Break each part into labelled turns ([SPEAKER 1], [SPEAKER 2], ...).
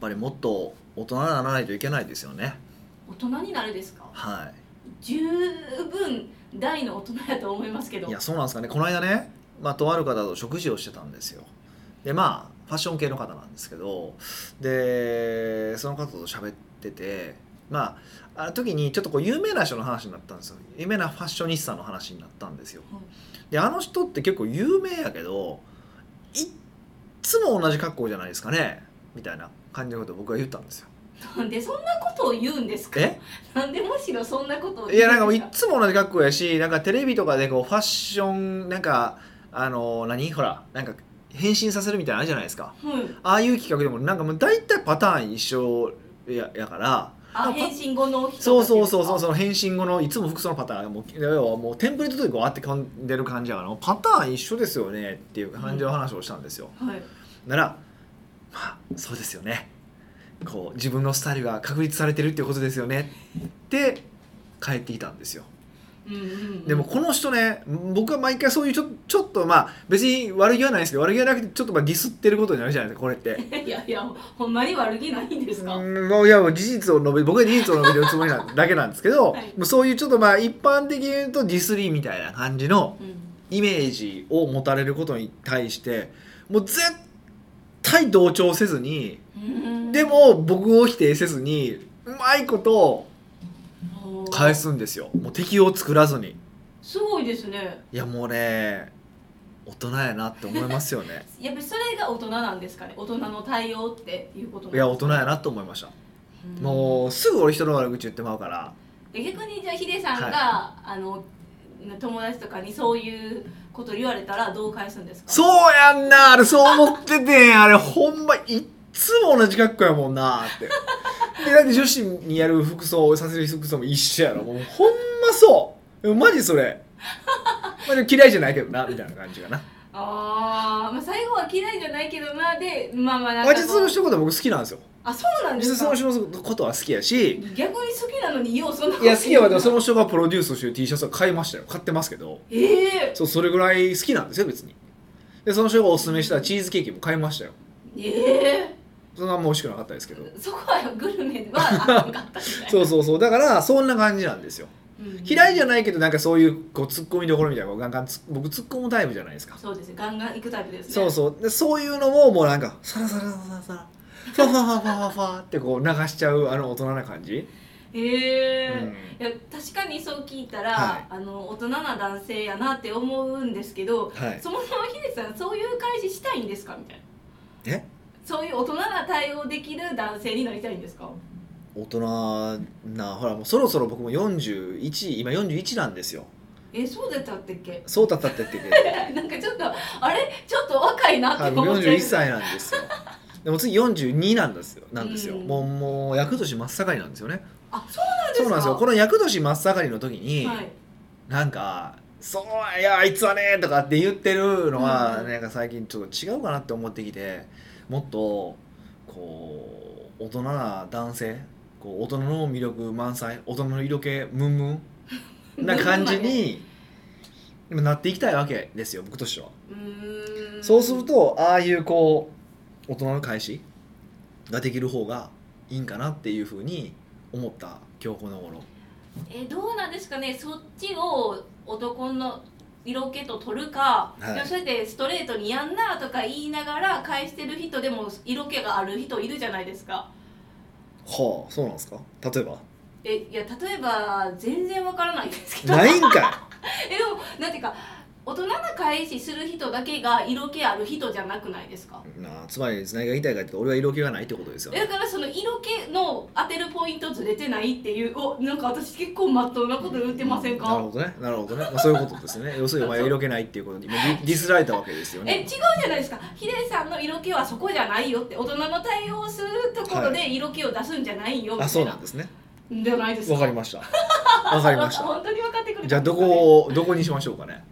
[SPEAKER 1] ぱりもっと大人にならないといけないですよね
[SPEAKER 2] 大人になるですか
[SPEAKER 1] は
[SPEAKER 2] 十分大の大人やと思いますけ
[SPEAKER 1] い
[SPEAKER 2] ど
[SPEAKER 1] いやそうなんですかねこの間ね、まあ、とある方と食事をしてたんですよでまあファッション系の方なんですけどでその方と喋っててまああの時にちょっとこう有名な人の話になったんですよ有名なファッショニスタの話になったんですよ
[SPEAKER 2] はい
[SPEAKER 1] であの人って結構有名やけどいっつも同じ格好じゃないですかねみたいな感じのことを僕は言ったんですよ
[SPEAKER 2] なんでそんなことを言うんですか
[SPEAKER 1] え
[SPEAKER 2] なんでむしろそんなことを
[SPEAKER 1] いやなんかもういっ
[SPEAKER 2] です
[SPEAKER 1] つも同じ格好やしなんかテレビとかでこうファッションなんかあの何ほらなんか変身させるみたいなのあるじゃないですか
[SPEAKER 2] うん、
[SPEAKER 1] ああいう企画でもなんかもう大体パターン一緒ややから
[SPEAKER 2] あ変身後の人たちですか
[SPEAKER 1] そうそうそうそうその変身後のいつも服装のパターンもう要はもうテンプレートというかわーって感じでる感じやからもうパターン一緒ですよねっていう感じの話をしたんですよ、
[SPEAKER 2] はい
[SPEAKER 1] ならまあそうですよねこう自分のスタイルが確立されてるっていうことですよねって帰っていたんですよ
[SPEAKER 2] うんうんうん、
[SPEAKER 1] でもこの人ね僕は毎回そういうちょちょっとまあ別に悪気はないですけど悪気はなくてちょっとまあディスってることになるじゃないですかこれって。
[SPEAKER 2] いやいやほんまに悪気ないんですか、
[SPEAKER 1] うんもういやもう事実を述べ僕は事実を述べてるつもりなだけなんですけど、
[SPEAKER 2] はい
[SPEAKER 1] もうそういうちょっとまあ一般的に言うとディスりみたいな感じの
[SPEAKER 2] うん
[SPEAKER 1] イメージを持たれることに対してもう絶対同調せずに
[SPEAKER 2] うん
[SPEAKER 1] でも僕を否定せずにうまいこと
[SPEAKER 2] おー
[SPEAKER 1] 返すんですよもう敵を作らずに
[SPEAKER 2] すごいですね
[SPEAKER 1] いやもうね大人やなって思いますよね
[SPEAKER 2] やっぱりそれが大人なんですかね大人の対応っていうことなん
[SPEAKER 1] いや大人やなと思いました
[SPEAKER 2] うん
[SPEAKER 1] もうすぐ俺人の悪口言ってまうから
[SPEAKER 2] で逆にじゃあヒデさんが、あの友達とかにそういうこと言われたらどう返すんですかう
[SPEAKER 1] そうやんなあれそう思っててんあれほんまいっつも同じ格好やもんなってでだって女子にやる服装させる服装も一緒やろもうほんまそうでもマジそれ、まあ、でも嫌いじゃないけどなみたいな感じかな
[SPEAKER 2] あー、まあ最後は嫌いじゃないけどなでまあまあなん
[SPEAKER 1] あ
[SPEAKER 2] か
[SPEAKER 1] いつその人のこと僕好きなんですよ
[SPEAKER 2] あそうなんで
[SPEAKER 1] 実際
[SPEAKER 2] す
[SPEAKER 1] そ
[SPEAKER 2] か
[SPEAKER 1] の人のことは好きやし
[SPEAKER 2] 逆に好きなのにようそんなこと
[SPEAKER 1] いや好きやわでもそ
[SPEAKER 2] の
[SPEAKER 1] の人がプロデュースしてる T シャツは買いましたよ買ってますけど
[SPEAKER 2] ええ
[SPEAKER 1] そうそれぐらい好きなんですよ別にでその人がおすすめしたチーズケーキも買いましたよ
[SPEAKER 2] ええ
[SPEAKER 1] そんなあんま美味しくなかったですけど
[SPEAKER 2] そこはグルメはあかん かったみたいな
[SPEAKER 1] そうそうそうだからそんな感じなんですよ
[SPEAKER 2] うん
[SPEAKER 1] 嫌いじゃないけどなんかそういうこうツッコミどころみたいなのがガンガンツッ僕ツッコむタイプじゃないですか
[SPEAKER 2] そうですねガンガン行くタイプですね
[SPEAKER 1] そうそうでそういうのももうなんかサラサラサラサラファファファファファファってこう流しちゃうあの大人な感じ、
[SPEAKER 2] へえ
[SPEAKER 1] うん
[SPEAKER 2] いや確かにそう聞いたら、
[SPEAKER 1] はい
[SPEAKER 2] あの大人な男性やなって思うんですけど、
[SPEAKER 1] はい
[SPEAKER 2] そもそもヒデさんそういう返ししたいんですかみたいな
[SPEAKER 1] え
[SPEAKER 2] そういう大人な対応できる男性になりたいんですか
[SPEAKER 1] 大人なほらもうそろそろ僕も41今41なんですよ
[SPEAKER 2] えそうだったっけ
[SPEAKER 1] そうだったってってて
[SPEAKER 2] なんかちょっとあれちょっと若いなって
[SPEAKER 1] はい、
[SPEAKER 2] 思っちゃう
[SPEAKER 1] 41歳なんですよでも次42なんですよなんですよ、
[SPEAKER 2] うん
[SPEAKER 1] もうもう役年真っ盛りなんですよね
[SPEAKER 2] あそうなんですか
[SPEAKER 1] そうなんですよこの役年真っ盛りの時に、
[SPEAKER 2] はい、
[SPEAKER 1] なんか「そういやあいつはね」とかって言ってるのは、
[SPEAKER 2] うん
[SPEAKER 1] なんか最近ちょっと違うかなって思ってきてもっとこう大人な男性こう大人の魅力満載大人の色気ムンムンな感 じにでもなっていきたいわけですよ僕としては。
[SPEAKER 2] うーん
[SPEAKER 1] そうするとああいうこう大人の返しができる方がいいんかなっていうふうに思った今日この頃
[SPEAKER 2] えどうなんですかねそっちを男の色気と取るか、
[SPEAKER 1] はい
[SPEAKER 2] でもそうやってストレートに「やんな」とか言いながら返してる人でも色気がある人いるじゃないですか
[SPEAKER 1] はあそうなんですか例えば
[SPEAKER 2] えいや例えば全然わからないんですけど
[SPEAKER 1] ないんか
[SPEAKER 2] えでもなんていうか大人な返しする人だけが色気ある人じゃなくないですか
[SPEAKER 1] いなあつまり何が言いたいかって俺は色気がないってことですよ
[SPEAKER 2] だ
[SPEAKER 1] ね
[SPEAKER 2] からその色気の当てるポイントずれてないっていうおなんか私結構まっとうなこと言ってません
[SPEAKER 1] なる
[SPEAKER 2] か
[SPEAKER 1] ほどねなるほどね、まあ、そういうことです ね要するにお前は色気ないっていうことに今ディディスられたわけですよ
[SPEAKER 2] え違う
[SPEAKER 1] ね
[SPEAKER 2] じゃないですかヒデさんの色気はそこじゃないよって大人の対応するところ
[SPEAKER 1] は
[SPEAKER 2] で色気を出すんじゃないよみたいな、
[SPEAKER 1] あそうなんですね
[SPEAKER 2] じゃないですか
[SPEAKER 1] わかりましたわかりまし た
[SPEAKER 2] 本当に分かってくれたんですかね
[SPEAKER 1] じゃあどこをどこにしましょうかね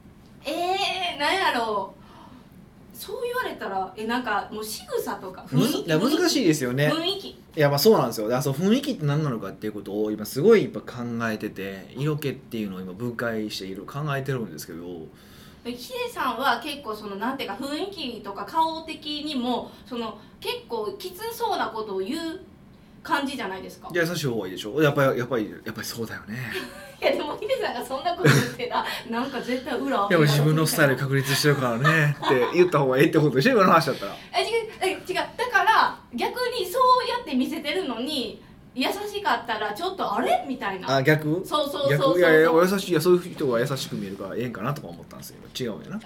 [SPEAKER 2] えー、なんやろうそう言われたらえなんかもう仕草とか
[SPEAKER 1] むずいや難
[SPEAKER 2] い
[SPEAKER 1] しいですよね
[SPEAKER 2] 雰囲気
[SPEAKER 1] いやまあそうなんですよだからその雰囲気って何なのかっていうことを今すごいやっぱ考えてて色気っていうのを今分解していろいろ考えてるんですけど
[SPEAKER 2] ヒデさんは結構そのなんていうか雰囲気とか顔的にもその結構きつそうなことを言う感じじゃないですか
[SPEAKER 1] いや優しい方がいいでしょやっぱりやっぱりやっぱりそうだよね
[SPEAKER 2] いやでもヒデさんがそんなこと言ってたなんか絶対裏
[SPEAKER 1] やっぱり自分のスタイル確立してるからねって言った方がいいってことでしょ今の話だったら
[SPEAKER 2] え違うえ違うだから逆にそうやって見せてるのに優しかったらちょっとあれみたいな
[SPEAKER 1] あ逆
[SPEAKER 2] そうそうそうそ
[SPEAKER 1] 逆
[SPEAKER 2] う
[SPEAKER 1] いやいや優しいいやそういう人が優しく見えるからええんかなとか思ったんですけど違うんやな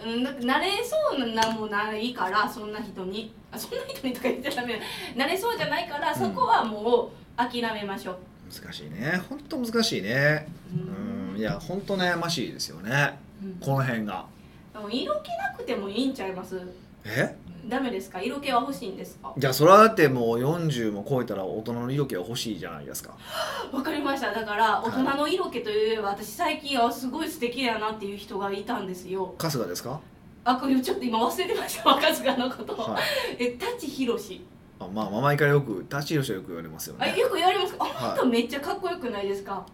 [SPEAKER 2] うん、なんか慣れそうなもないからそんな人にあそんな人にとか言っちゃダメだ慣れそうじゃないから
[SPEAKER 1] うん
[SPEAKER 2] そこはもう諦めましょう、
[SPEAKER 1] 難しいね本当難しいね
[SPEAKER 2] う
[SPEAKER 1] うんいや本当悩ましいですよね
[SPEAKER 2] うん
[SPEAKER 1] この辺が
[SPEAKER 2] でも色気なくてもいいんちゃいます
[SPEAKER 1] え
[SPEAKER 2] ダメですか色気は欲しいんですか
[SPEAKER 1] じゃあそれはだってもう40も超えたら大人の色気は欲しいじゃないですか
[SPEAKER 2] わかりましただから
[SPEAKER 1] はい
[SPEAKER 2] 大人の色気といえば私最近はすごい素敵だなっていう人がいたんですよ
[SPEAKER 1] 春日ですか
[SPEAKER 2] あこれちょっと今忘れてました若塚のこと、
[SPEAKER 1] はい
[SPEAKER 2] え舘ひろし
[SPEAKER 1] あまあママイからよく舘ひろしはよく言われますよ
[SPEAKER 2] あ
[SPEAKER 1] ね
[SPEAKER 2] よく言われますかあ
[SPEAKER 1] はい
[SPEAKER 2] の人めっちゃかっこよくないですか、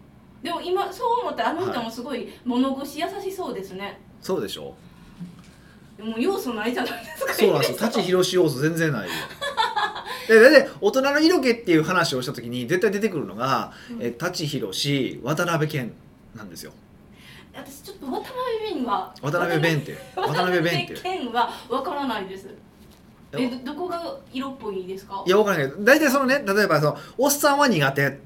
[SPEAKER 2] でも今そう思ったらあの人もすごい物腰優しそうですね、
[SPEAKER 1] そうでしょ
[SPEAKER 2] もう要素ないじゃないですか
[SPEAKER 1] そうなんですよ舘ひろし要素全然ないよででで大人の色気っていう話をした時に絶対出てくるのが
[SPEAKER 2] うん
[SPEAKER 1] え舘ひろし渡辺謙なんですよ
[SPEAKER 2] 私ちょっと渡辺弁は
[SPEAKER 1] 渡辺弁って渡辺弁って
[SPEAKER 2] 県はわからないです
[SPEAKER 1] い
[SPEAKER 2] え
[SPEAKER 1] や
[SPEAKER 2] どどこが色っぽいですか
[SPEAKER 1] いや分からないけど大体そのね例えばそのおっさんは苦手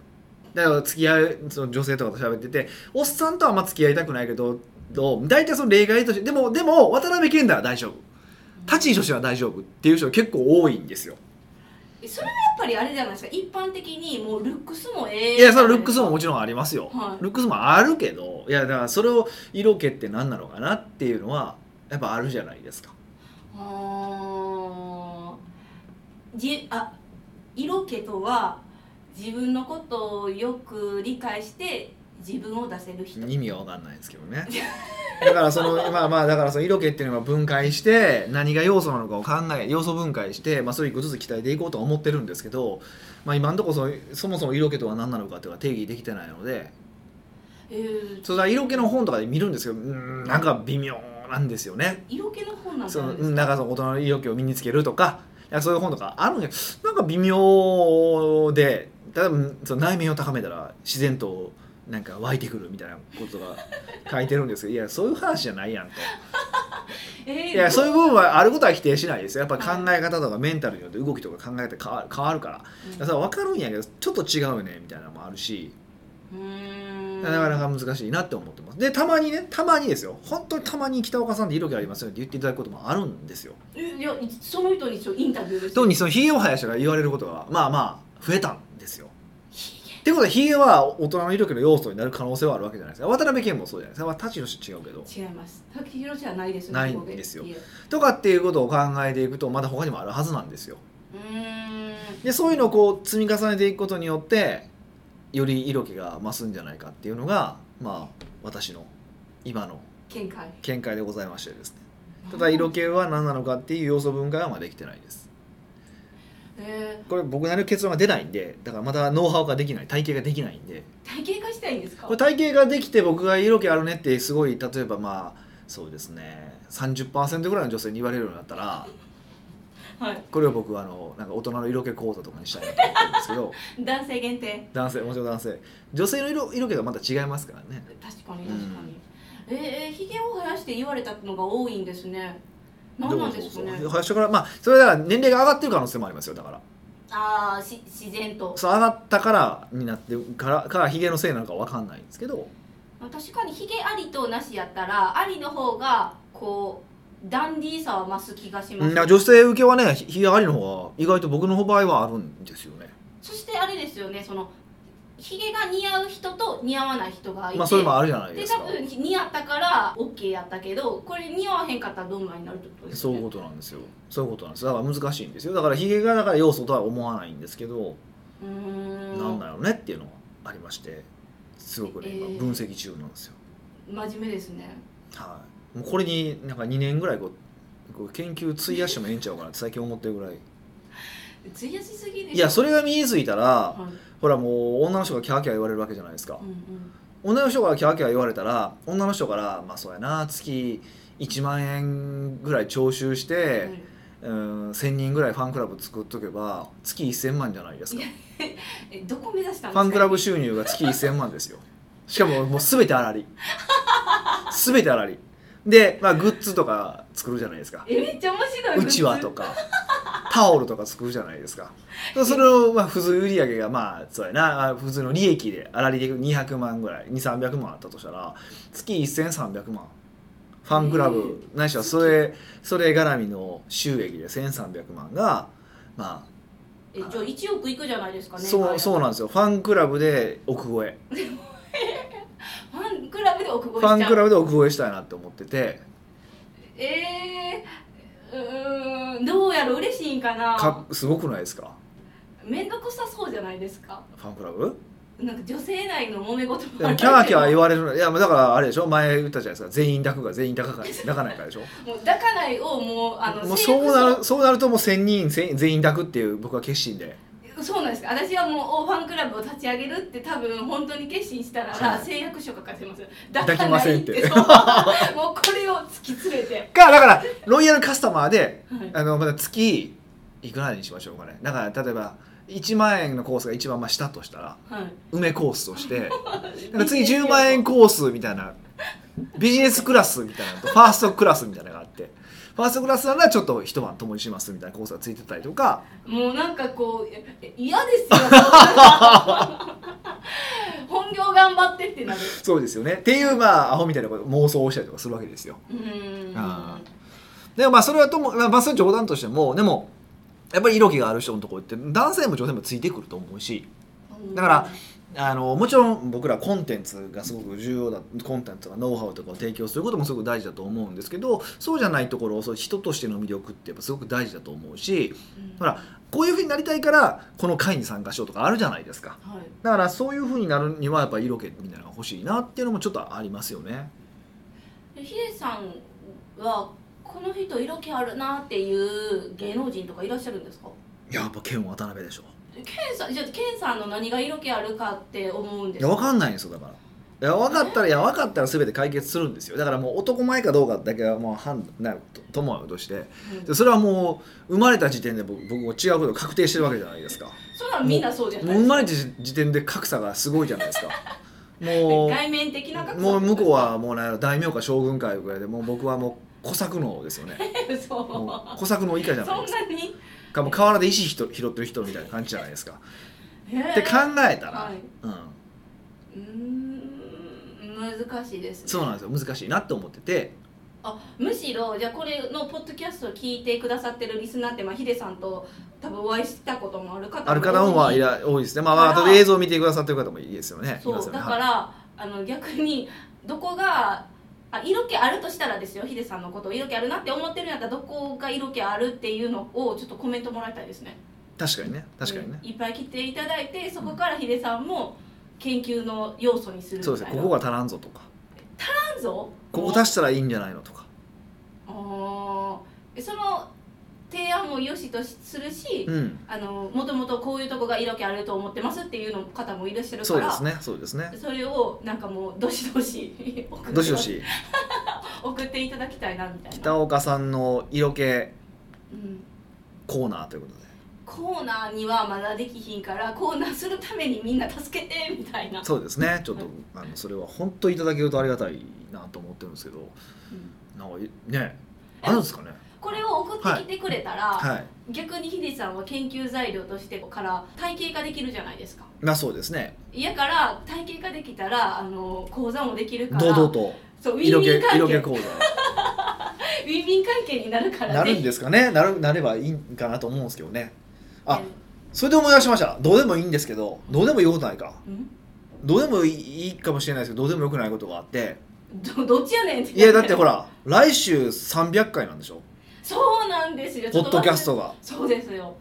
[SPEAKER 1] だから付き合うその女性とかと喋ってておっさんとはあんま付き合いたくないけどどう大体その例外としてでもでも渡辺謙なら大丈夫舘ひろしは大丈夫っていう人結構多いんですよ
[SPEAKER 2] えそれはやっぱりあれじゃないですか一般的にもうルックスもええ
[SPEAKER 1] いやそのルックスももちろんありますよ、
[SPEAKER 2] はい
[SPEAKER 1] ルックスもあるけどいやだからそれを色気って何なのかなっていうのはやっぱあるじゃないですか
[SPEAKER 2] あーじあ色気とは自分のことをよく理解して自分を出せる人
[SPEAKER 1] 意味は分かんないですけどねだからそのまあまあだからその色気っていうのは分解して何が要素なのかを考え要素分解して、まあ、それ一個ずつ鍛えていこうとは思ってるんですけど、まあ、今のところそのそもそも色気とは何なのかっていうのは定義できてないので
[SPEAKER 2] えー
[SPEAKER 1] それは色気の本とかで見るんですけどうーんなんか微妙なんですよね
[SPEAKER 2] 色気の本なんじ
[SPEAKER 1] そ
[SPEAKER 2] ゃな
[SPEAKER 1] の
[SPEAKER 2] いです
[SPEAKER 1] なん
[SPEAKER 2] か
[SPEAKER 1] かその大人の色気を身につけるとかいやそういう本とかあるんやけどなんか微妙で例えばその内面を高めたら自然となんか湧いてくるみたいなことが書いてるんですけどいやそういう話じゃないやん と
[SPEAKER 2] えー
[SPEAKER 1] いやそういう部分はあることは否定しないですよやっぱ考え方とかメンタルによって動きとか考え方変わ変わるから
[SPEAKER 2] うん
[SPEAKER 1] だから分かるんやけどちょっと違うよねみたいなのもあるし
[SPEAKER 2] うーん
[SPEAKER 1] なかなか難しいなって思ってますでたまにねたまにですよ本当にたまに北岡さんって色気ありますよねって言っていただくこともあるんですよ
[SPEAKER 2] えいやその人にちょインタビューです
[SPEAKER 1] 特にそのひげを生やしたから言われることがまあまあ増えたんですよ。ってことはひげは大人の威力の要素になる可能性はあるわけじゃないですか渡辺謙もそうじゃないですかまあ舘ひろし違うけど
[SPEAKER 2] 違います滝ひろしはないですよ
[SPEAKER 1] ないんですよ
[SPEAKER 2] いえ
[SPEAKER 1] とかっていうことを考えていくとまだ他にもあるはずなんですよ
[SPEAKER 2] うーん
[SPEAKER 1] でそういうのをこう積み重ねていくことによってより色気が増すんじゃないかっていうのがまあ私の今の
[SPEAKER 2] 見解
[SPEAKER 1] 見解でございましてですねただ色気は何なのかっていう要素分解はまだできてないです
[SPEAKER 2] え
[SPEAKER 1] これ僕なりの結論が出ないんでだからまたノウハウができない体系ができないんで
[SPEAKER 2] ー、体系化したいんですか
[SPEAKER 1] これ体型ができて僕が色気あるねってすごい例えばまあそうですね30%ぐらいの女性に言われるようになったら
[SPEAKER 2] はい
[SPEAKER 1] これを僕はあのなんか大人の色気講座とかにしたいなと思ってるんですけど
[SPEAKER 2] 男性限定
[SPEAKER 1] 男性もちろん男性女性の色色気がまた違いますからね
[SPEAKER 2] 確かに確かに、えー、ひげを生やして言われたのが多いんですね何なんですか
[SPEAKER 1] どう
[SPEAKER 2] ね
[SPEAKER 1] ぞどうぞ最初からまあそれはだから年齢が上がってる可能性もありますよだから
[SPEAKER 2] ああし自然と
[SPEAKER 1] そう上がったからになってからからヒゲのせいなのかわかんないんですけど
[SPEAKER 2] 確かにひげありとなしやったらありの方がこうダンディーさは増す気がしま
[SPEAKER 1] うん
[SPEAKER 2] す
[SPEAKER 1] だから女性受けはねひひげありの方が意外と僕の場合はあるんですよね
[SPEAKER 2] そしてあれですよねそのひげが似合う人と似合わない人がいて、
[SPEAKER 1] まあそれもあるじゃない
[SPEAKER 2] で
[SPEAKER 1] です
[SPEAKER 2] 多
[SPEAKER 1] か
[SPEAKER 2] 分似合ったから OK やったけどこれ似合わへんかったらどんなになるってことです
[SPEAKER 1] そう
[SPEAKER 2] ね
[SPEAKER 1] いうことなんですよ。そういうことなんです。だから難しいんですよ。だからヒゲがだから要素とは思わないんですけど、
[SPEAKER 2] うーん
[SPEAKER 1] なんだろうねっていうのがありまして、すごくね
[SPEAKER 2] えー
[SPEAKER 1] 今分析中なんですよ。
[SPEAKER 2] 真面目ですね
[SPEAKER 1] はい。もうこれになんか2年ぐらいこうこう研究費やしてもええんちゃうかなって最近思ってるぐらい。
[SPEAKER 2] 費やしすぎでしょ
[SPEAKER 1] いやそれが身についたら、
[SPEAKER 2] はい
[SPEAKER 1] ほらもう女の人がキャーキャー言われるわけじゃないですか
[SPEAKER 2] う。ん
[SPEAKER 1] 女の人からキャーキャー言われたら女の人から「まあそうやな月1万円ぐらい徴収して、うん、1,000人ぐらいファンクラブ作っとけば月1,000万じゃないですか
[SPEAKER 2] えどこ目指した
[SPEAKER 1] フ
[SPEAKER 2] んですか
[SPEAKER 1] ァンクラブ収入が月1000万ですよしかももう全てあらり全てあらりで、まあ、グッズとか作るじゃないですか
[SPEAKER 2] えめっちゃ面白いう
[SPEAKER 1] ちわとかタオルとか作るじゃないですかそれをまあ付随売り上げがまあそうやなあ普通の利益であらりで200万ぐらい2300万あったとしたら月1300万ファンクラブないしはそれそれ絡みの収益で1300万がまあ
[SPEAKER 2] えじゃあ1億いくじゃないですかね
[SPEAKER 1] そうそうなんですよファンクラブで億超え
[SPEAKER 2] ファンクラブで億超え
[SPEAKER 1] フ
[SPEAKER 2] しちゃう
[SPEAKER 1] ァンクラブで億超えしたいなって思ってて
[SPEAKER 2] えー、うーんどうやら嬉しいんかな
[SPEAKER 1] かすごくないですか
[SPEAKER 2] めんどくさそうじゃないですか
[SPEAKER 1] ファンクラブ
[SPEAKER 2] なんか女性内の揉め事
[SPEAKER 1] でもキャーキャー言
[SPEAKER 2] わ
[SPEAKER 1] われるのいやまあだからあれでしょ前言ったじゃないですか全員抱くが全員抱かない抱かないからでしょ
[SPEAKER 2] もう抱かないをもうあの
[SPEAKER 1] もう
[SPEAKER 2] 性
[SPEAKER 1] そ
[SPEAKER 2] 欲
[SPEAKER 1] うなるそうなるともう1000人全員全員抱くっていう僕は決心で
[SPEAKER 2] そうそうなんですか私はもうファンクラブを立ち上げるって多分本当に決心したら、
[SPEAKER 1] はい
[SPEAKER 2] 誓約書書かせます
[SPEAKER 1] 抱きませんって
[SPEAKER 2] 抱かないってそうもうこれを突き詰めて、
[SPEAKER 1] かだからロイヤルカスタマーで
[SPEAKER 2] はい
[SPEAKER 1] あのまだ月いくらにしましょうかねだから例えば1万円のコースが一番まあ下としたら
[SPEAKER 2] はい
[SPEAKER 1] 梅コースとしてなんか次10万円コースみたいなビジネスクラスみたいなのとファーストクラスみたいなのがあってファーストクラスならちょっと一晩共にしますみたいなコースがついてたりとか
[SPEAKER 2] もうなんかこうえ嫌ですよ そんな本業頑張ってってなる
[SPEAKER 1] そうですよねっていうまあアホみたいなこと妄想をしたりとかするわけですよ
[SPEAKER 2] うーん
[SPEAKER 1] あでもまあそれはとも、まあまあ、それは冗談としてもでもやっぱり色気がある人のところって男性も女性もついてくると思うしだからあのもちろん僕らコンテンツがすごく重要だコンテンツとかノウハウとかを提供することもすごく大事だと思うんですけどそうじゃないところそう人としての魅力ってやっぱすごく大事だと思うし
[SPEAKER 2] うん
[SPEAKER 1] ほらこういうふうになりたいからこの会に参加しようとかあるじゃないですか
[SPEAKER 2] はい
[SPEAKER 1] だからそういうふうになるにはやっぱ色気みたいなのが欲しいなっていうのもちょっとありますよね。
[SPEAKER 2] でヒデさんはこの人色気あるなっていう芸能人とかいらっしゃるんですか
[SPEAKER 1] いややっぱ剣渡辺でしょ
[SPEAKER 2] ケンさんじゃあケンさんの何が色気あるかって思うんで
[SPEAKER 1] い
[SPEAKER 2] す
[SPEAKER 1] や
[SPEAKER 2] か
[SPEAKER 1] 分かんないんですよだからいや分かったらいや分かったら全て解決するんですよだからもう男前かどうかだけはもう判断なると友として
[SPEAKER 2] うん
[SPEAKER 1] でそれはもう生まれた時点で僕僕も違うことを確定してるわけじゃないですかも
[SPEAKER 2] そうなのみんなそうじゃ
[SPEAKER 1] う
[SPEAKER 2] ない
[SPEAKER 1] 生まれ
[SPEAKER 2] で
[SPEAKER 1] た時点で格差がすごいじゃないですか
[SPEAKER 2] す
[SPEAKER 1] も
[SPEAKER 2] 外面的な
[SPEAKER 1] うもう向こう
[SPEAKER 2] う
[SPEAKER 1] はもうなんやろ大名か将軍かいうぐらいでもう僕はもう小作能ですよね
[SPEAKER 2] そう
[SPEAKER 1] もう小作能以下じゃ
[SPEAKER 2] そ
[SPEAKER 1] ない
[SPEAKER 2] ん
[SPEAKER 1] ですか
[SPEAKER 2] なに
[SPEAKER 1] かもう河原で石ひと拾ってる人みたいな感じじゃないですか
[SPEAKER 2] っ
[SPEAKER 1] って考えたら、
[SPEAKER 2] はい
[SPEAKER 1] う
[SPEAKER 2] う
[SPEAKER 1] ん、
[SPEAKER 2] うーん難しいですね
[SPEAKER 1] そうなんですよ難しいなって思ってて
[SPEAKER 2] あむしろじゃあこれのポッドキャストを聞いてくださってるリスナーって、まあ、ヒデさんと多分お会いしたこともある方も
[SPEAKER 1] ある方もまあいら多いですね。まあ、まあ、
[SPEAKER 2] だ
[SPEAKER 1] あ
[SPEAKER 2] から
[SPEAKER 1] とで映像を見てくださってる方もいいですよね。い
[SPEAKER 2] そ
[SPEAKER 1] ま
[SPEAKER 2] う
[SPEAKER 1] すよね
[SPEAKER 2] だから、
[SPEAKER 1] はい
[SPEAKER 2] あの逆にどこがあ色気あるとしたらですよヒデさんのこと色気あるなって思ってるんやったらどこが色気あるっていうのをちょっとコメントもらいたいですね
[SPEAKER 1] 確かにね、確かにね
[SPEAKER 2] う。んいっぱい来ていただいてそこからヒデさんも研究の要素にするみた
[SPEAKER 1] そ
[SPEAKER 2] いうな
[SPEAKER 1] ですね。ここが足らんぞとか、
[SPEAKER 2] なんぞ
[SPEAKER 1] ここ足したらいいんじゃないのとか。
[SPEAKER 2] あーその提案も良しとしするし、
[SPEAKER 1] うん。
[SPEAKER 2] あのもともとこういうとこが色気あると思ってますっていうの方もいらっしゃるか
[SPEAKER 1] そうで
[SPEAKER 2] ら
[SPEAKER 1] すね、そうですね。
[SPEAKER 2] それをなんかもうどしどし送って
[SPEAKER 1] どしどし
[SPEAKER 2] 送っていただきたいなみたいな、
[SPEAKER 1] 北岡さんの色気
[SPEAKER 2] うん、
[SPEAKER 1] コーナーということで。
[SPEAKER 2] コーナーにはまだできひんからコーナーするためにみんな助けてみたいな、
[SPEAKER 1] そうですね。ちょっと、
[SPEAKER 2] はい
[SPEAKER 1] あのそれは本当いただけるとありがたいなと思ってるんですけど、
[SPEAKER 2] うん
[SPEAKER 1] なんかいね、あるんですかね。
[SPEAKER 2] これを送ってきてくれたら、
[SPEAKER 1] はい。
[SPEAKER 2] 逆にヒデさんは研究材料としてから体系化できるじゃないですか
[SPEAKER 1] まあそうですね。
[SPEAKER 2] やから体系化できたらあの講座もできるから
[SPEAKER 1] 堂々と
[SPEAKER 2] そうウィン
[SPEAKER 1] 色
[SPEAKER 2] ウ
[SPEAKER 1] 気
[SPEAKER 2] ィン関係
[SPEAKER 1] 色
[SPEAKER 2] ウ
[SPEAKER 1] 気講座。
[SPEAKER 2] ィンウィン関係になるから
[SPEAKER 1] なるんですかねなるなればいいんかなと思うんですけどねあそれで思い出しましたどうでもいいんですけどどうでもいいことないか
[SPEAKER 2] うん
[SPEAKER 1] どうでもいいいいかもしれないですけどどうでもよくないことがあって
[SPEAKER 2] どどっちやねんって
[SPEAKER 1] いやだってほら来週300回なんでしょ
[SPEAKER 2] そうなんですよ
[SPEAKER 1] ポッドキャス
[SPEAKER 2] ト
[SPEAKER 1] トが
[SPEAKER 2] そうですよ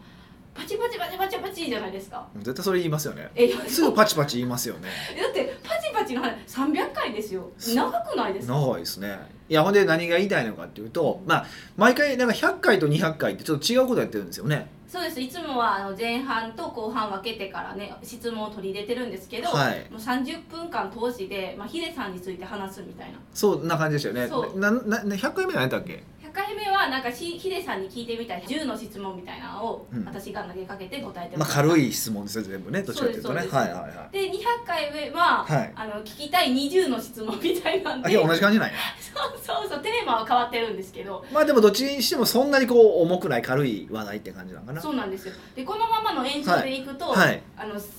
[SPEAKER 2] パチパチパチパチパチじゃないですか
[SPEAKER 1] 絶対それ言いますよね
[SPEAKER 2] えいや
[SPEAKER 1] すぐパチパチ言いますよね
[SPEAKER 2] だってパチパチの話300回ですよ
[SPEAKER 1] そう
[SPEAKER 2] 長くないですか
[SPEAKER 1] 長いですねいやほんで何が言いたいのかっていうとまあ毎回なんか100回と200回ってちょっと違うことやってるんですよね
[SPEAKER 2] そうですいつもはあの前半と後半分けてからね質問を取り入れてるんですけど、
[SPEAKER 1] はい
[SPEAKER 2] もう30分間通しで、まあ、ヒデさんについて話すみたいな
[SPEAKER 1] そんな感じでしたよね
[SPEAKER 2] そう
[SPEAKER 1] ななな100回目は何だっけ
[SPEAKER 2] 100回目はなんかひヒデさんに聞いてみたい10の質問みたいなのを
[SPEAKER 1] うん
[SPEAKER 2] 私が投げかけて答えて
[SPEAKER 1] まあ
[SPEAKER 2] した
[SPEAKER 1] 軽い質問ですよ全部ねどっちかというとね
[SPEAKER 2] そうです
[SPEAKER 1] はいはいはい
[SPEAKER 2] で200回目は、
[SPEAKER 1] はい
[SPEAKER 2] あの聞きたい20の質問みたいなん
[SPEAKER 1] あ
[SPEAKER 2] で
[SPEAKER 1] 今日同
[SPEAKER 2] そう
[SPEAKER 1] じ感じなんや
[SPEAKER 2] そうそうテーマは変わってるんですけど
[SPEAKER 1] まあでもどっちにしてもそんなにこう重くない軽い話題って感じなのかな
[SPEAKER 2] そうなんですよでこのままの延長でいくと、
[SPEAKER 1] はい
[SPEAKER 2] あのす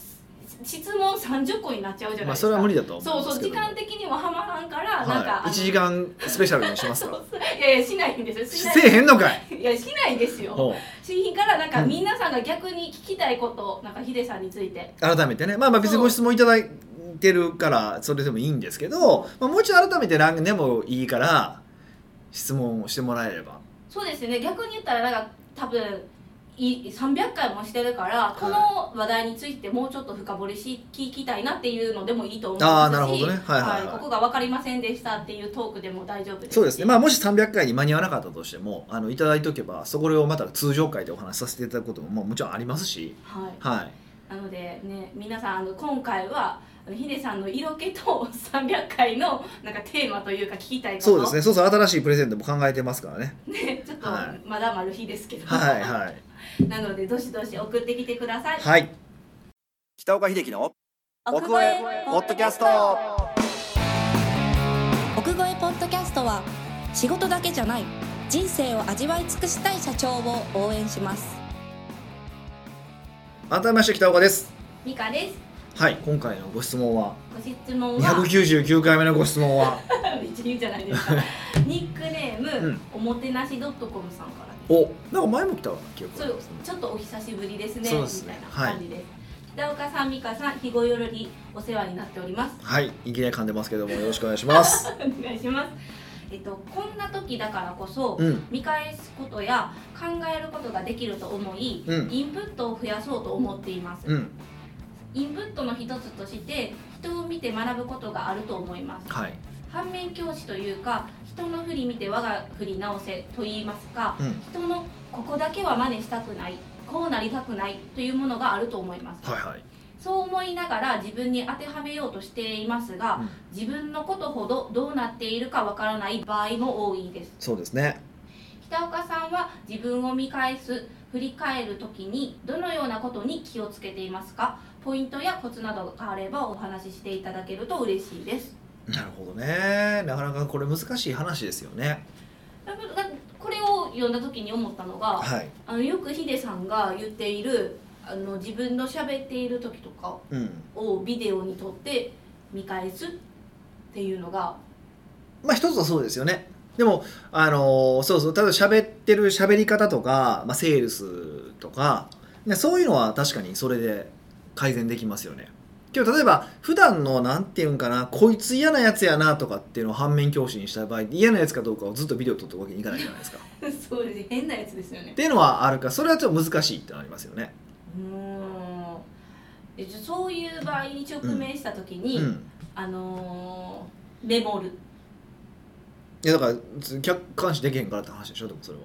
[SPEAKER 2] 質問30個になっちゃうじゃない
[SPEAKER 1] まあ
[SPEAKER 2] です
[SPEAKER 1] そ
[SPEAKER 2] か、
[SPEAKER 1] れは無理だとは思
[SPEAKER 2] そ
[SPEAKER 1] うん
[SPEAKER 2] う
[SPEAKER 1] で
[SPEAKER 2] そ
[SPEAKER 1] す
[SPEAKER 2] う
[SPEAKER 1] け
[SPEAKER 2] 時
[SPEAKER 1] ど
[SPEAKER 2] 間的にもはまらんから、なんか
[SPEAKER 1] は
[SPEAKER 2] あ
[SPEAKER 1] い、1
[SPEAKER 2] の
[SPEAKER 1] 時間スペシャルにします
[SPEAKER 2] そ
[SPEAKER 1] か
[SPEAKER 2] うそういやいやしないんですよし
[SPEAKER 1] せ
[SPEAKER 2] ない
[SPEAKER 1] えへんのかい
[SPEAKER 2] いやしないですよ
[SPEAKER 1] ほう
[SPEAKER 2] しひんからなんか
[SPEAKER 1] うん
[SPEAKER 2] 皆さんが逆に聞きたいことなんかヒデさんについて
[SPEAKER 1] 改めてねまあまあ別にご質問いただいてるからそれでもいいんですけど、まあ、もう一度改めて何でもいいから質問をしてもらえれば
[SPEAKER 2] そうですね逆に言ったらなんか多分い300回もしてるからこの話題についてもうちょっと深掘りし聞きたいなっていうのでもいいと思いますし
[SPEAKER 1] あーなるほどねはいはいはい
[SPEAKER 2] ここが分かりませんでしたっていうトークでも大丈夫ですし
[SPEAKER 1] そうですね、まあ、もし300回に間に合わなかったとしてもあのいただいておけばそこをまた通常回でお話しさせていただくこともまあもちろんありますし、
[SPEAKER 2] はい
[SPEAKER 1] はい、
[SPEAKER 2] なのでね皆さんあの今回はあのヒデさんの色気と300回のなんかテーマというか聞きたいこと
[SPEAKER 1] そうですねそうそう新しいプレゼントも考えてますからね
[SPEAKER 2] ねちょっと
[SPEAKER 1] はい
[SPEAKER 2] まだまる日ですけど、
[SPEAKER 1] はいはい
[SPEAKER 2] なのでどしどし送ってきてください。
[SPEAKER 1] はい北岡秀樹の奥越えポッドキャスト
[SPEAKER 3] 奥越えポッドキャストは仕事だけじゃない人生を味わい尽くしたい社長を応援します
[SPEAKER 1] 改めまして北岡です
[SPEAKER 2] ミカです。
[SPEAKER 1] はい今回のご質問は
[SPEAKER 2] ご質問は
[SPEAKER 1] 299回目のご質問 は
[SPEAKER 2] めっちゃ言うじゃないで すか。ニックネーム、
[SPEAKER 1] うん
[SPEAKER 2] おもてなしドットコムさんからです。
[SPEAKER 1] おなんか前も来たわな記憶があ
[SPEAKER 2] そう
[SPEAKER 1] りますね
[SPEAKER 2] ちょっとお久しぶりですね
[SPEAKER 1] そうです
[SPEAKER 2] み
[SPEAKER 1] ね
[SPEAKER 2] たいな感じです。北岡さん、美香さん、日頃よりお世話になっております。
[SPEAKER 1] はいいきなり噛んでますけどもよろしくお願いします
[SPEAKER 2] お願いします。えっとこんな時だからこそ、
[SPEAKER 1] うん
[SPEAKER 2] 見返すことや考えることができると思い、
[SPEAKER 1] うん
[SPEAKER 2] インプットを増やそうと思っています。
[SPEAKER 1] うん
[SPEAKER 2] インプットの一つとして人を見て学ぶことがあると思います
[SPEAKER 1] はい
[SPEAKER 2] 反面教師というか人の振り見て我が振り直せと言いますか
[SPEAKER 1] うん
[SPEAKER 2] 人のここだけは真似したくないこうなりたくないというものがあると思います
[SPEAKER 1] はいはい
[SPEAKER 2] そう思いながら自分に当てはめようとしていますが
[SPEAKER 1] うん
[SPEAKER 2] 自分のことほどどうなっているかわからない場合も多いです
[SPEAKER 1] そうですね
[SPEAKER 2] 北岡さんは自分を見返す振り返る時にどのようなことに気をつけていますかポイントやコツなどがあればお話ししていただけると嬉しいです
[SPEAKER 1] なるほどねなかなかこれ難しい話ですよね
[SPEAKER 2] だからこれを読んだ時に思ったのが
[SPEAKER 1] はい
[SPEAKER 2] あのよくヒデさんが言っているあの自分の喋っている時とか
[SPEAKER 1] うん
[SPEAKER 2] をビデオに撮って見返すっていうのが
[SPEAKER 1] まあ一つはそうですよね。でも、あのーそうそう、ただ喋ってる喋り方とか、まあ、セールスとか、ね、そういうのは確かにそれで改善できますよね。けど例えば、普段の、なんていうんかな、こいつ嫌なやつやなとかっていうのを反面教師にした場合、嫌なやつかどうかをずっとビデオ撮ってるわけにいかないじゃない ですか。っ
[SPEAKER 2] そうですね変なやつですよね
[SPEAKER 1] ていうのはあるから、それはちょっと難しいってのはありますよね。
[SPEAKER 2] うーんえじゃあそういう場合に直面した時に、
[SPEAKER 1] うん。
[SPEAKER 2] あのー、メモる
[SPEAKER 1] いや、だから、客観視できへんからって話でしょ、でもそれ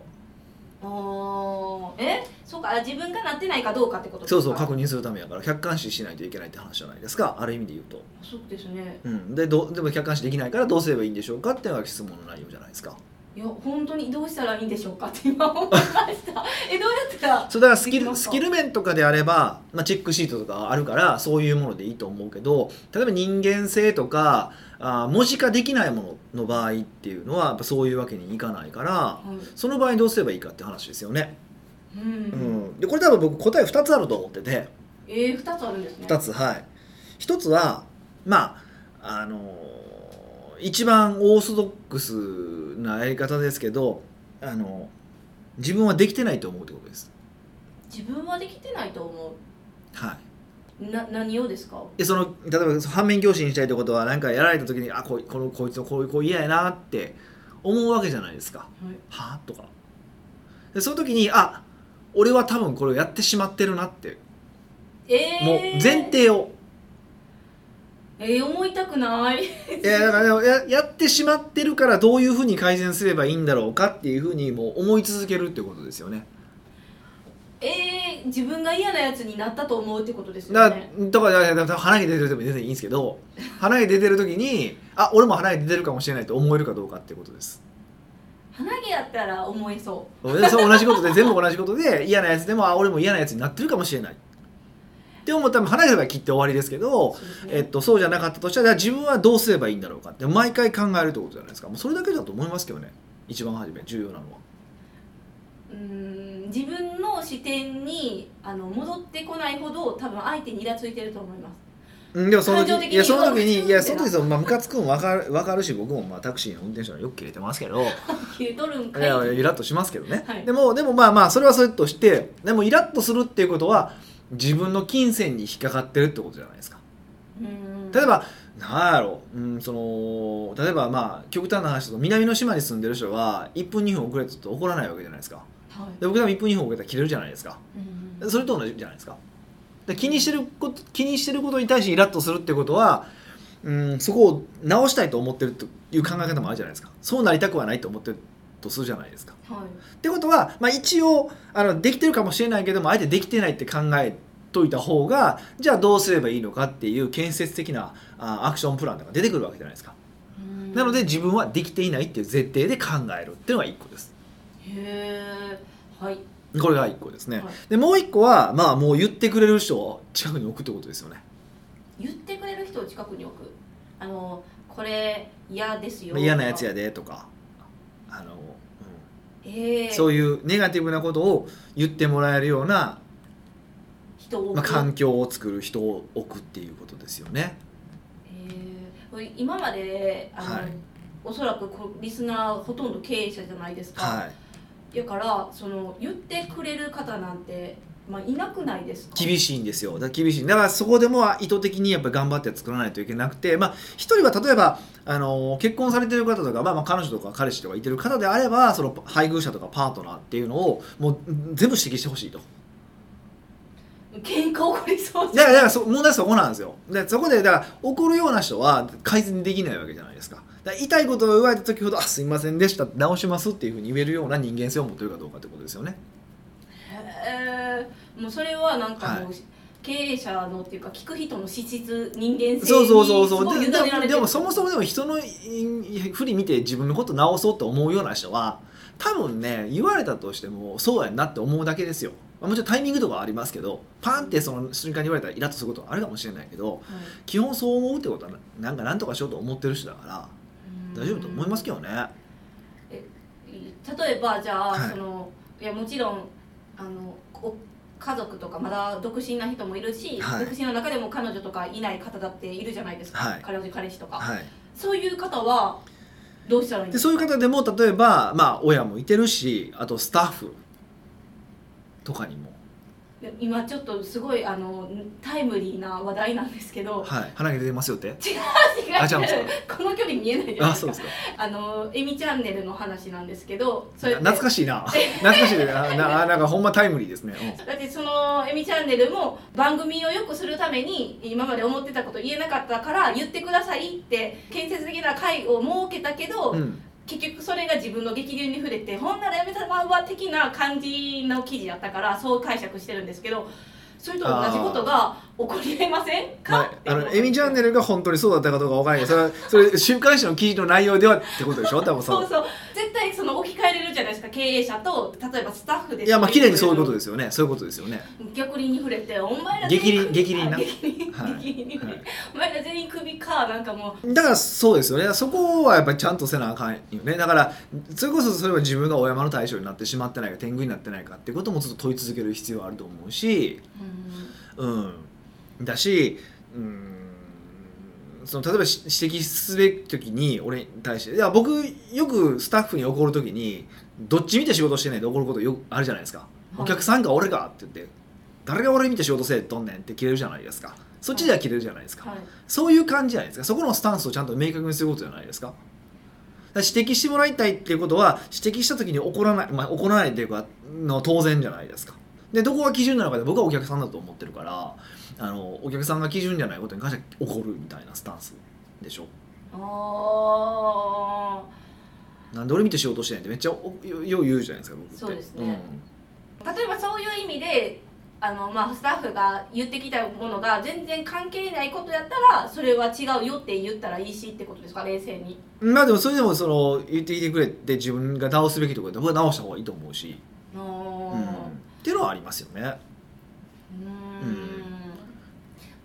[SPEAKER 1] は。
[SPEAKER 2] おーえそうかあ自分がなってないかどうかってことです
[SPEAKER 1] そ
[SPEAKER 2] か
[SPEAKER 1] うそう、確認するためやから、客観視しないといけないって話じゃないですか、ある意味で言うと。
[SPEAKER 2] そうですね
[SPEAKER 1] うん、でどうでも客観視できないからどうすればいいんでしょうかっていうのが質問の内容じゃないですか
[SPEAKER 2] いや本当にどうしたらいいんでしょうかって今思いました えどうやったら
[SPEAKER 1] そうだからスキ
[SPEAKER 2] できま
[SPEAKER 1] ル
[SPEAKER 2] す
[SPEAKER 1] ス
[SPEAKER 2] か
[SPEAKER 1] キル面とかであれば、まあ、チェックシートとかあるからそういうものでいいと思うけど例えば人間性とかあー文字化できないものの場合っていうのはやっぱそういうわけにいかないから
[SPEAKER 2] はい
[SPEAKER 1] その場合どうすればいいかって話ですよね、
[SPEAKER 2] うん、
[SPEAKER 1] うん、でこれ多分僕答え2つあると思ってて
[SPEAKER 2] えー、2つあるんですね
[SPEAKER 1] 2つはい1つはまああのー一番オーソドックスなやり方ですけどあの自分はできてないと思うってことです
[SPEAKER 2] 自分はできてないと思
[SPEAKER 1] は
[SPEAKER 2] うな何をですか
[SPEAKER 1] いでその例えばその反面教師にしたいってことはなんかやられた時にあこいこのこいつのこういう子嫌やなって思うわけじゃないですかはあとかでその時にあ俺は多分これをやってしまってるなって
[SPEAKER 2] えー、
[SPEAKER 1] もう前提を
[SPEAKER 2] えー、思いたくない
[SPEAKER 1] いやだからでもややってしまってるからどういうふうに改善すればいいんだろうかっていうふうにもう思い続けるっていうことですよね。
[SPEAKER 2] えー、自分が嫌なやつになったと思うってことですよ
[SPEAKER 1] だ
[SPEAKER 2] ね
[SPEAKER 1] とかだから花毛出てる時も全然いいんですけど花毛出てる時にあ俺も花毛出てるかもしれないと思えるかどうかっていうことです
[SPEAKER 2] 鼻毛やったら思えそ
[SPEAKER 1] でそう同じことで全部同じことで嫌なやつでもあ俺も嫌なやつになってるかもしれないって思ったら花毛だから切って終わりですけ
[SPEAKER 2] う
[SPEAKER 1] ど、
[SPEAKER 2] そうですね
[SPEAKER 1] えっと、そうじゃなかったとしたらじゃあ自分はどうすればいいんだろうかって毎回考えるってことじゃないですかもうそれだけだと思いますけどね一番初め重要なのは。
[SPEAKER 2] うーん自分の視点にあの戻ってこないほど多分相手にイラついてると思います
[SPEAKER 1] うんでもその
[SPEAKER 2] 感情
[SPEAKER 1] 時
[SPEAKER 2] 的
[SPEAKER 1] い
[SPEAKER 2] に
[SPEAKER 1] やその時
[SPEAKER 2] うわ
[SPEAKER 1] にいやその
[SPEAKER 2] み
[SPEAKER 1] 時そのまあムカつくんわかるわかるし僕もまあタクシーの運転手はよく切れてますけどい
[SPEAKER 2] 切れとるんかい
[SPEAKER 1] やイラッとしますけどね、
[SPEAKER 2] はい
[SPEAKER 1] でもでもまあまあそれはそれとしてでもイラッとするっていうことは自分の金銭に引っかかってるってことじゃないですか
[SPEAKER 2] うん
[SPEAKER 1] 例えばなんやろう、うん、その例えばまあ極端な話だと南の島に住んでる人は1分2分遅れてると怒らないわけじゃないですか
[SPEAKER 2] はい
[SPEAKER 1] で僕でも1分2分遅れたら切れるじゃないですか
[SPEAKER 2] うん
[SPEAKER 1] それと同じじゃないですかで気にしてること気にしてることに対してイラッとするってことはうんそこを直したいと思ってるという考え方もあるじゃないですかそうなりたくはないと思ってるとするじゃないですか
[SPEAKER 2] はい
[SPEAKER 1] ってことは、まあ、一応あのできてるかもしれないけどもあえてできてないって考えといた方がじゃあどうすればいいのかっていう建設的なあアクションプランとか出てくるわけじゃないですか
[SPEAKER 2] うん
[SPEAKER 1] なので自分はできていないっていう前提で考えるっていうのが1個です
[SPEAKER 2] へえはい
[SPEAKER 1] これが1個ですね、
[SPEAKER 2] はい
[SPEAKER 1] でもう1個はまあもう言ってくれる人を近くに置くってことですよね
[SPEAKER 2] 言ってくれる人を近くに置くあのこれ嫌ですよ
[SPEAKER 1] 嫌なやつやでとかあの、
[SPEAKER 2] え
[SPEAKER 1] うん
[SPEAKER 2] え
[SPEAKER 1] そういうネガティブなことを言ってもらえるような、
[SPEAKER 2] 人を置
[SPEAKER 1] まあ、
[SPEAKER 2] く、
[SPEAKER 1] 環境を作る人を置くっていうことですよね。
[SPEAKER 2] ええ今まであの、
[SPEAKER 1] はい
[SPEAKER 2] おそらくこリスナーほとんど経営者じゃないですか、
[SPEAKER 1] は
[SPEAKER 2] だからその言ってくれる方なんて、まあ、いなくないですか
[SPEAKER 1] い、厳しいんですよだから厳しいだからそこでも意図的にやっぱ頑張って作らないといけなくてまあ一人は例えばあの結婚されてる方とか、まあ、まあ彼女とか彼氏とかいてる方であればその配偶者とかパートナーっていうのをもう全部指摘してほしいと
[SPEAKER 2] 喧嘩起こりそうじ
[SPEAKER 1] だ
[SPEAKER 2] ゃ
[SPEAKER 1] から
[SPEAKER 2] ん
[SPEAKER 1] だからそ問題はそこなんですよでそこでだから怒るような人は改善できないわけじゃないですかだから痛いことを言われた時ほど「あすいませんでした」直しますっていうふうに言えるような人間性を持ってるかどうかってことですよね
[SPEAKER 2] へえもうそれはなんかもう、
[SPEAKER 1] は
[SPEAKER 2] 経営者のっていうか聞く人の資質人間性に
[SPEAKER 1] そうそうそうそう
[SPEAKER 2] すごい
[SPEAKER 1] で
[SPEAKER 2] 委ねられてる
[SPEAKER 1] ででもそもそもでも人のい振り見て自分のこと直そうと思うような人は多分ね言われたとしてもそうやんなって思うだけですよまあもちろんタイミングとかはありますけどパンってその瞬間に言われたらイラッとすることはあるかもしれないけど
[SPEAKER 2] はい
[SPEAKER 1] 基本そう思うってことはななんか何とかしようと思ってる人だから大丈夫と思いますけどね、
[SPEAKER 2] 例えばじゃあ、
[SPEAKER 1] はい
[SPEAKER 2] そのいやもちろんあのお家族とかまだ独身な人もいるし、
[SPEAKER 1] はい
[SPEAKER 2] 独身の中でも彼女とかいない方だっているじゃないですか、
[SPEAKER 1] はい
[SPEAKER 2] 彼女彼氏とか、
[SPEAKER 1] はい、
[SPEAKER 2] そういう方はどうしたらいいん
[SPEAKER 1] で
[SPEAKER 2] です
[SPEAKER 1] そういう方でも例えば、まあ、親もいてるしあとスタッフとかにも、
[SPEAKER 2] か今ちょっとすごいあのタイムリーな話題なんですけど、
[SPEAKER 1] はい、鼻毛出てますよって
[SPEAKER 2] 違う
[SPEAKER 1] あ 違うんです
[SPEAKER 2] この距離見えないじゃない
[SPEAKER 1] あ
[SPEAKER 2] で
[SPEAKER 1] そ
[SPEAKER 2] す
[SPEAKER 1] う
[SPEAKER 2] か
[SPEAKER 1] です
[SPEAKER 2] あのえみチャンネルの話なんですけどそ
[SPEAKER 1] か
[SPEAKER 2] れ
[SPEAKER 1] な懐かしいな懐かしいねあなあなんかほんまタイムリーですね、うん
[SPEAKER 2] だってその「えみチャンネル」も番組を良くするために今まで思ってたこと言えなかったから言ってくださいって建設的な会を設けたけど、
[SPEAKER 1] うん、
[SPEAKER 2] 結局それが自分の激流に触れてほんならやめたまうわ的な感じの記事だったからそう解釈してるんですけどそれと同じことが起こりえませんか
[SPEAKER 1] ま
[SPEAKER 2] って
[SPEAKER 1] あ、あ
[SPEAKER 2] 思っ
[SPEAKER 1] の
[SPEAKER 2] て
[SPEAKER 1] エミチャンネルが本当にそうだったかどうかわからないけどそれ それ週刊誌の記事の内容ではってことでしょ多分そ
[SPEAKER 2] そう
[SPEAKER 1] う
[SPEAKER 2] そう絶対その置き換えれるじゃないですか経営者と例えばスタッフで
[SPEAKER 1] いやまあ綺麗にそういうこと
[SPEAKER 2] で
[SPEAKER 1] ですよねそういうことです よね
[SPEAKER 2] 逆鱗に触れてお前ら
[SPEAKER 1] 激鱗
[SPEAKER 2] 全員
[SPEAKER 1] 激鱗な
[SPEAKER 2] 激鱗
[SPEAKER 1] はい
[SPEAKER 2] 激鱗に触れ
[SPEAKER 1] は
[SPEAKER 2] てお前ら全員首かなんかもう
[SPEAKER 1] だからそうですよねそこはやっぱりちゃんとせなあかんよねだからそれこそそれは自分がお山の大将になってしまってないか天狗になってないかっていうこともずっと問い続ける必要はあると思うしうんだしうんその例えばし指摘すべき時に俺に対していや僕よくスタッフに怒る時にどっち見て仕事してないで怒ることよくあるじゃないですか、
[SPEAKER 2] はい
[SPEAKER 1] お客さんが俺かって言って誰が俺見て仕事せえとんねんって切れるじゃないですかそっちでは切れるじゃないですか、
[SPEAKER 2] はい
[SPEAKER 1] そういう感じじゃないですかそこのスタンスをちゃんと明確にすることじゃないですかだから指摘してもらいたいっていうことは指摘した時に怒らない、まあ、怒らないっていうかの当然じゃないですかでどこが基準なのかで僕はお客さんだと思ってるからあのお客さんが基準じゃないことに関しては怒るみたいなスタンスでしょ
[SPEAKER 2] あ
[SPEAKER 1] なんで俺見て仕事してないってめっちゃおよよう言うじゃないですか僕って
[SPEAKER 2] そうですね
[SPEAKER 1] ん
[SPEAKER 2] ー例えばそういう意味であの、まあ、スタッフが言ってきたものが全然関係ないことやったらそれは違うよって言ったらいいしってことですか冷静に
[SPEAKER 1] まあでもそれでもその言ってきてくれて自分が直すべきところで僕は直した方がいいと思うし、
[SPEAKER 2] う
[SPEAKER 1] うん
[SPEAKER 2] ん
[SPEAKER 1] っていうのはありますよね。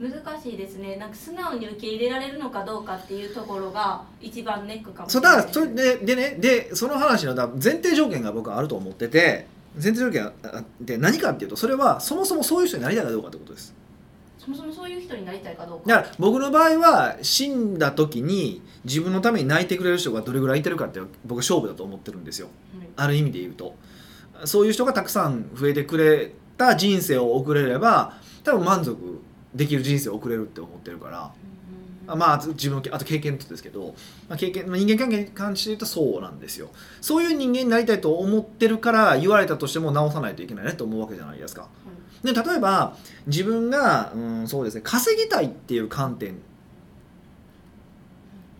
[SPEAKER 2] うん難しいですねなんか素直に受け入れられるのかどうかっていうところが一番ネックかもし
[SPEAKER 1] そう
[SPEAKER 2] れな
[SPEAKER 1] だ
[SPEAKER 2] い
[SPEAKER 1] からそれででねでその話のだ前提条件が僕はあると思ってて前提条件があって何かっていうとそれはそもそもそういう人になりたいかどうかってことです。
[SPEAKER 2] そもそもそういう人になりたいかどうか
[SPEAKER 1] だから僕の場合は死んだ時に自分のために泣いてくれる人がどれぐらいいてるかって僕は勝負だと思ってるんですよ。
[SPEAKER 2] うん
[SPEAKER 1] ある意味で言うとそういう人がたくさん増えてくれた人生を送れれば多分満足できる人生を送れるって思ってるから、あまああと自分のあと経験とですけど、まあ、経験まあ人間関係に関して言うとそうなんですよそういう人間になりたいと思ってるから言われたとしても直さないといけないねと思うわけじゃないですかで例えば自分が、うん、そうですね稼ぎたいっていう観点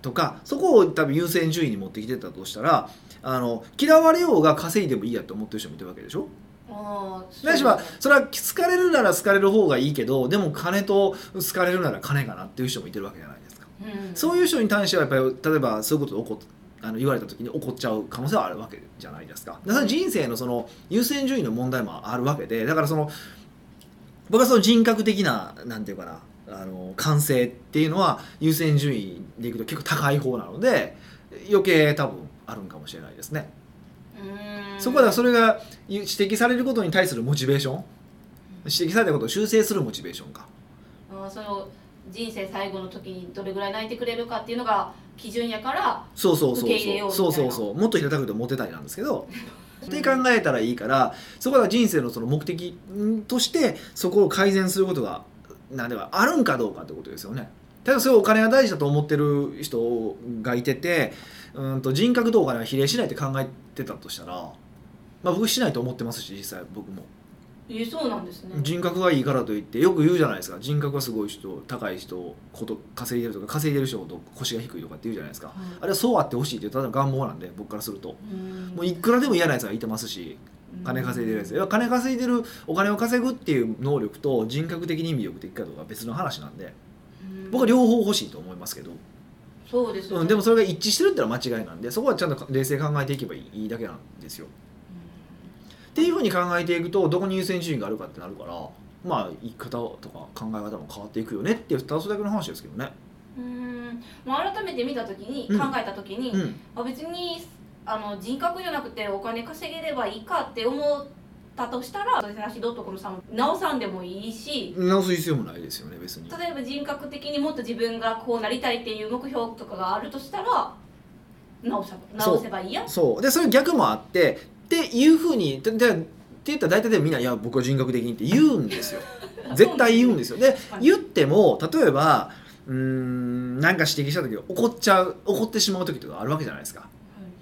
[SPEAKER 1] とかそこを多分優先順位に持ってきてたとしたらあの嫌われようが稼いでもいいやと思ってる人もいるわけでしょ
[SPEAKER 2] あー
[SPEAKER 1] ないしはそれは好かれるなら好かれる方がいいけどでも金と好かれるなら金かなっていう人もいてるわけじゃないですか
[SPEAKER 2] うん
[SPEAKER 1] そういう人に対してはやっぱり例えばそういうことを起こあの言われた時に怒っちゃう可能性はあるわけじゃないですかだから人生のその優先順位の問題もあるわけでだからその僕はその人格的ななんていうかなあの感性っていうのは優先順位でいくと結構高い方なので余計多分あるんかもしれないですね、
[SPEAKER 2] うん
[SPEAKER 1] そこはだからそれが指摘されることに対するモチベーション指摘されたことを修正するモチベーションか
[SPEAKER 2] あーその人生最後の時にどれぐらい泣いてくれるかっていうのが基準やから
[SPEAKER 1] そうそうそう
[SPEAKER 2] 受け入れ
[SPEAKER 1] そ
[SPEAKER 2] よ
[SPEAKER 1] う
[SPEAKER 2] うみたいな
[SPEAKER 1] そうそうそうもっと平たく言うとモテたいなんですけ どって考えたらいいからそこは人生のその目的としてそこを改善することがなんではあるんかどうかってことですよね。ただそれをお金が大事だと思ってる人がいててうんと人格とお金は比例しないって考えてたとしたら、まあ、僕しないと思ってますし実際僕も
[SPEAKER 2] えそうなんですね
[SPEAKER 1] 人格がいいからといってよく言うじゃないですか人格がすごい人高い人こと稼いでるとか稼いでる人ほど腰が低いとかって言うじゃないですか
[SPEAKER 2] はい
[SPEAKER 1] あれはそうあってほしいっていうただの願望なんで僕からすると
[SPEAKER 2] うん
[SPEAKER 1] もういくらでも嫌なやつがいてますし金稼いでるやついや金稼いでるお金を稼ぐっていう能力と人格的に魅力的かどうかは別の話なんで
[SPEAKER 2] うん
[SPEAKER 1] 僕は両方欲しいと思いますけど、
[SPEAKER 2] そうですよね
[SPEAKER 1] うん、でもそれが一致してるってのは間違いなんでそこはちゃんと冷静に考えていけばいいだけなんですよっていうふうに考えていくとどこに優先順位があるかってなるからまあ言い方とか考え方も変わっていくよねっていうただそれだけの話ですけどね。
[SPEAKER 2] うんもう改めて見た時に、
[SPEAKER 1] うん
[SPEAKER 2] 考えた時に、
[SPEAKER 1] うん
[SPEAKER 2] あ別にあの人格じゃなくてお金稼げればいいかって思ったとしたら私なしどっとこのさんも直さんでもいいし
[SPEAKER 1] 直す必要もないですよね別に。
[SPEAKER 2] 例えば人格的にもっと自分がこうなりたいっていう目標とかがあるとしたら直せば
[SPEAKER 1] そう
[SPEAKER 2] 直せばいいや
[SPEAKER 1] そうでそれ逆もあってっていうふうにででって言ったら大体でもみんな「いや僕は人格的に」って言うんです よ絶対言うんですよで
[SPEAKER 2] はい
[SPEAKER 1] 言っても例えばうーんなんか指摘した時怒っちゃう怒ってしまう時とかあるわけじゃないですか。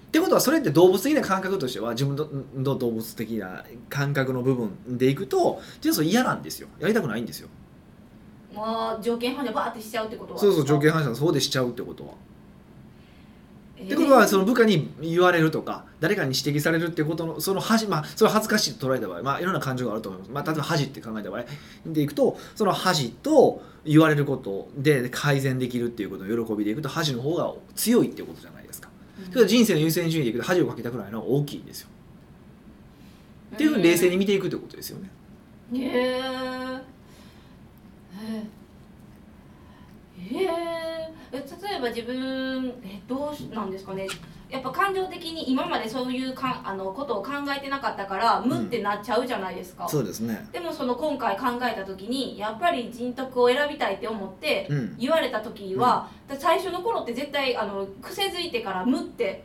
[SPEAKER 1] ってことはそれって動物的な感覚としては自分の動物的な感覚の部分でいくと実はそれ嫌なんですよやりたくないんですよ
[SPEAKER 2] まあ条件反射バーってしちゃうってことは
[SPEAKER 1] そうそう条件反射そうでしちゃうってことは
[SPEAKER 2] えー
[SPEAKER 1] ってことはその部下に言われるとか誰かに指摘されるってことのその恥まあそれは恥ずかしいと捉えた場合まあいろんな感情があると思います、まあ、例えば恥って考えた場合でいくとその恥と言われることで改善できるっていうことの喜びでいくと恥の方が強いってことじゃないですか
[SPEAKER 2] うん
[SPEAKER 1] ただ人生の優先順位でいくと恥をかけたくないのは大きいんですよっていうふうに冷静に見ていくってことですよね
[SPEAKER 2] へえへええ例えば自分えどうしなんですかねやっぱ感情的に今までそういうかんあのことを考えてなかったから無ってなっちゃうじゃないですか、
[SPEAKER 1] そうですね
[SPEAKER 2] でもその今回考えた時にやっぱり人徳を選びたいって思って
[SPEAKER 1] うん
[SPEAKER 2] 言われた時は、だ最初の頃って絶対あの癖づいてから無って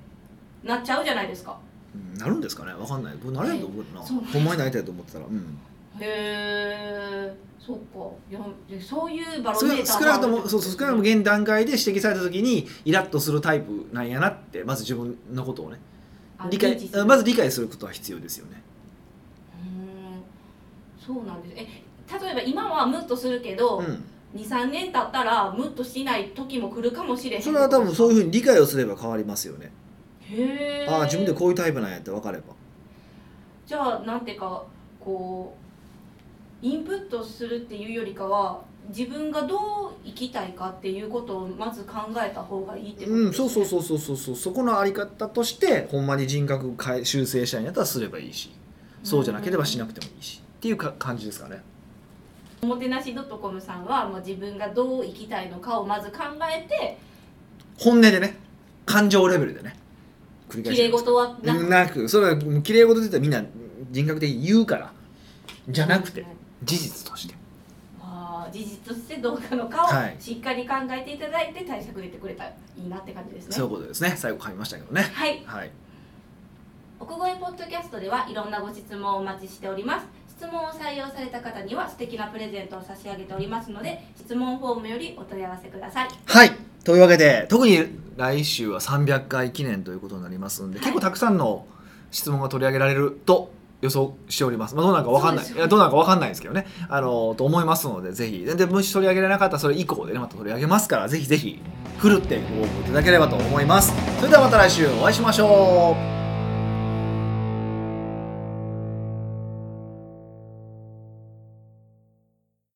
[SPEAKER 2] なっちゃうじゃないですか
[SPEAKER 1] うんなるんですかねわかんない僕なれないと思うな
[SPEAKER 2] そう
[SPEAKER 1] ほんまになりたいと思ってたらうん
[SPEAKER 2] へえそっかいやでそういうバロ
[SPEAKER 1] そ
[SPEAKER 2] メー
[SPEAKER 1] れ
[SPEAKER 2] タ
[SPEAKER 1] 少
[SPEAKER 2] ー
[SPEAKER 1] なくと
[SPEAKER 2] あるって
[SPEAKER 1] も
[SPEAKER 2] こ
[SPEAKER 1] そうそう少なくとも現段階で指摘された時にイラッとするタイプなんやなってまず自分のことをね
[SPEAKER 2] あ
[SPEAKER 1] 理解
[SPEAKER 2] 認知する
[SPEAKER 1] まず理解することは必要ですよね
[SPEAKER 2] うんそうなんですえ例えば今はムッとするけど、
[SPEAKER 1] うん
[SPEAKER 2] 23年経ったらムッとしない時も来るかもしれへん
[SPEAKER 1] それは多分そういうふうに理解をすれば変わりますよね
[SPEAKER 2] へえ
[SPEAKER 1] ああ自分でこういうタイプなんやって分かれば
[SPEAKER 2] じゃあなんていうかこうインプットするっていうよりかは自分がどう生きたいかっていうことをまず考えた方がいいってこと
[SPEAKER 1] うん、そうそう
[SPEAKER 2] う
[SPEAKER 1] そうそうそうそうそこのあり方としてほんまに人格変え修正したいんやったらすればいいしそうじゃなければしな
[SPEAKER 2] く
[SPEAKER 1] くてもいいしっていうか感じですかね
[SPEAKER 2] おもてなし .com さんは、まあ、自分がどう生きたいのかをまず考えて
[SPEAKER 1] 本音でね感情レベルでね繰り
[SPEAKER 2] き
[SPEAKER 1] 返
[SPEAKER 2] れい
[SPEAKER 1] し
[SPEAKER 2] 事は
[SPEAKER 1] な
[SPEAKER 2] な
[SPEAKER 1] く
[SPEAKER 2] く
[SPEAKER 1] なくそれはきれい事で言ったらみんな人格的に言うからじゃなくて事実として
[SPEAKER 2] まあ事実としてどうかのかを
[SPEAKER 1] はい
[SPEAKER 2] しっかり考えていただいて対策入れてくれたらいいなって感じですね。
[SPEAKER 1] そういうことですね最後噛みましたけどね
[SPEAKER 2] はい
[SPEAKER 1] はい
[SPEAKER 2] 奥越ポッドキャストではいろんなご質問をお待ちしております質問を採用された方には素敵なプレゼントを差し上げておりますので質問フォームよりお問い合わせください
[SPEAKER 1] はいというわけで特に来週は300回記念ということになりますんで、
[SPEAKER 2] はい
[SPEAKER 1] 結構たくさんの質問が取り上げられると予想しております、まあ、どうなるかわかんない,、
[SPEAKER 2] そうですよ
[SPEAKER 1] い
[SPEAKER 2] ね
[SPEAKER 1] やどうなるかわかんないですけどねあのと思いますのでぜひででもし取り上げられなかったらそれ以降でねまた取り上げますからぜひぜひふるってご応募いただければと思いますそれではまた来週お会いしましょう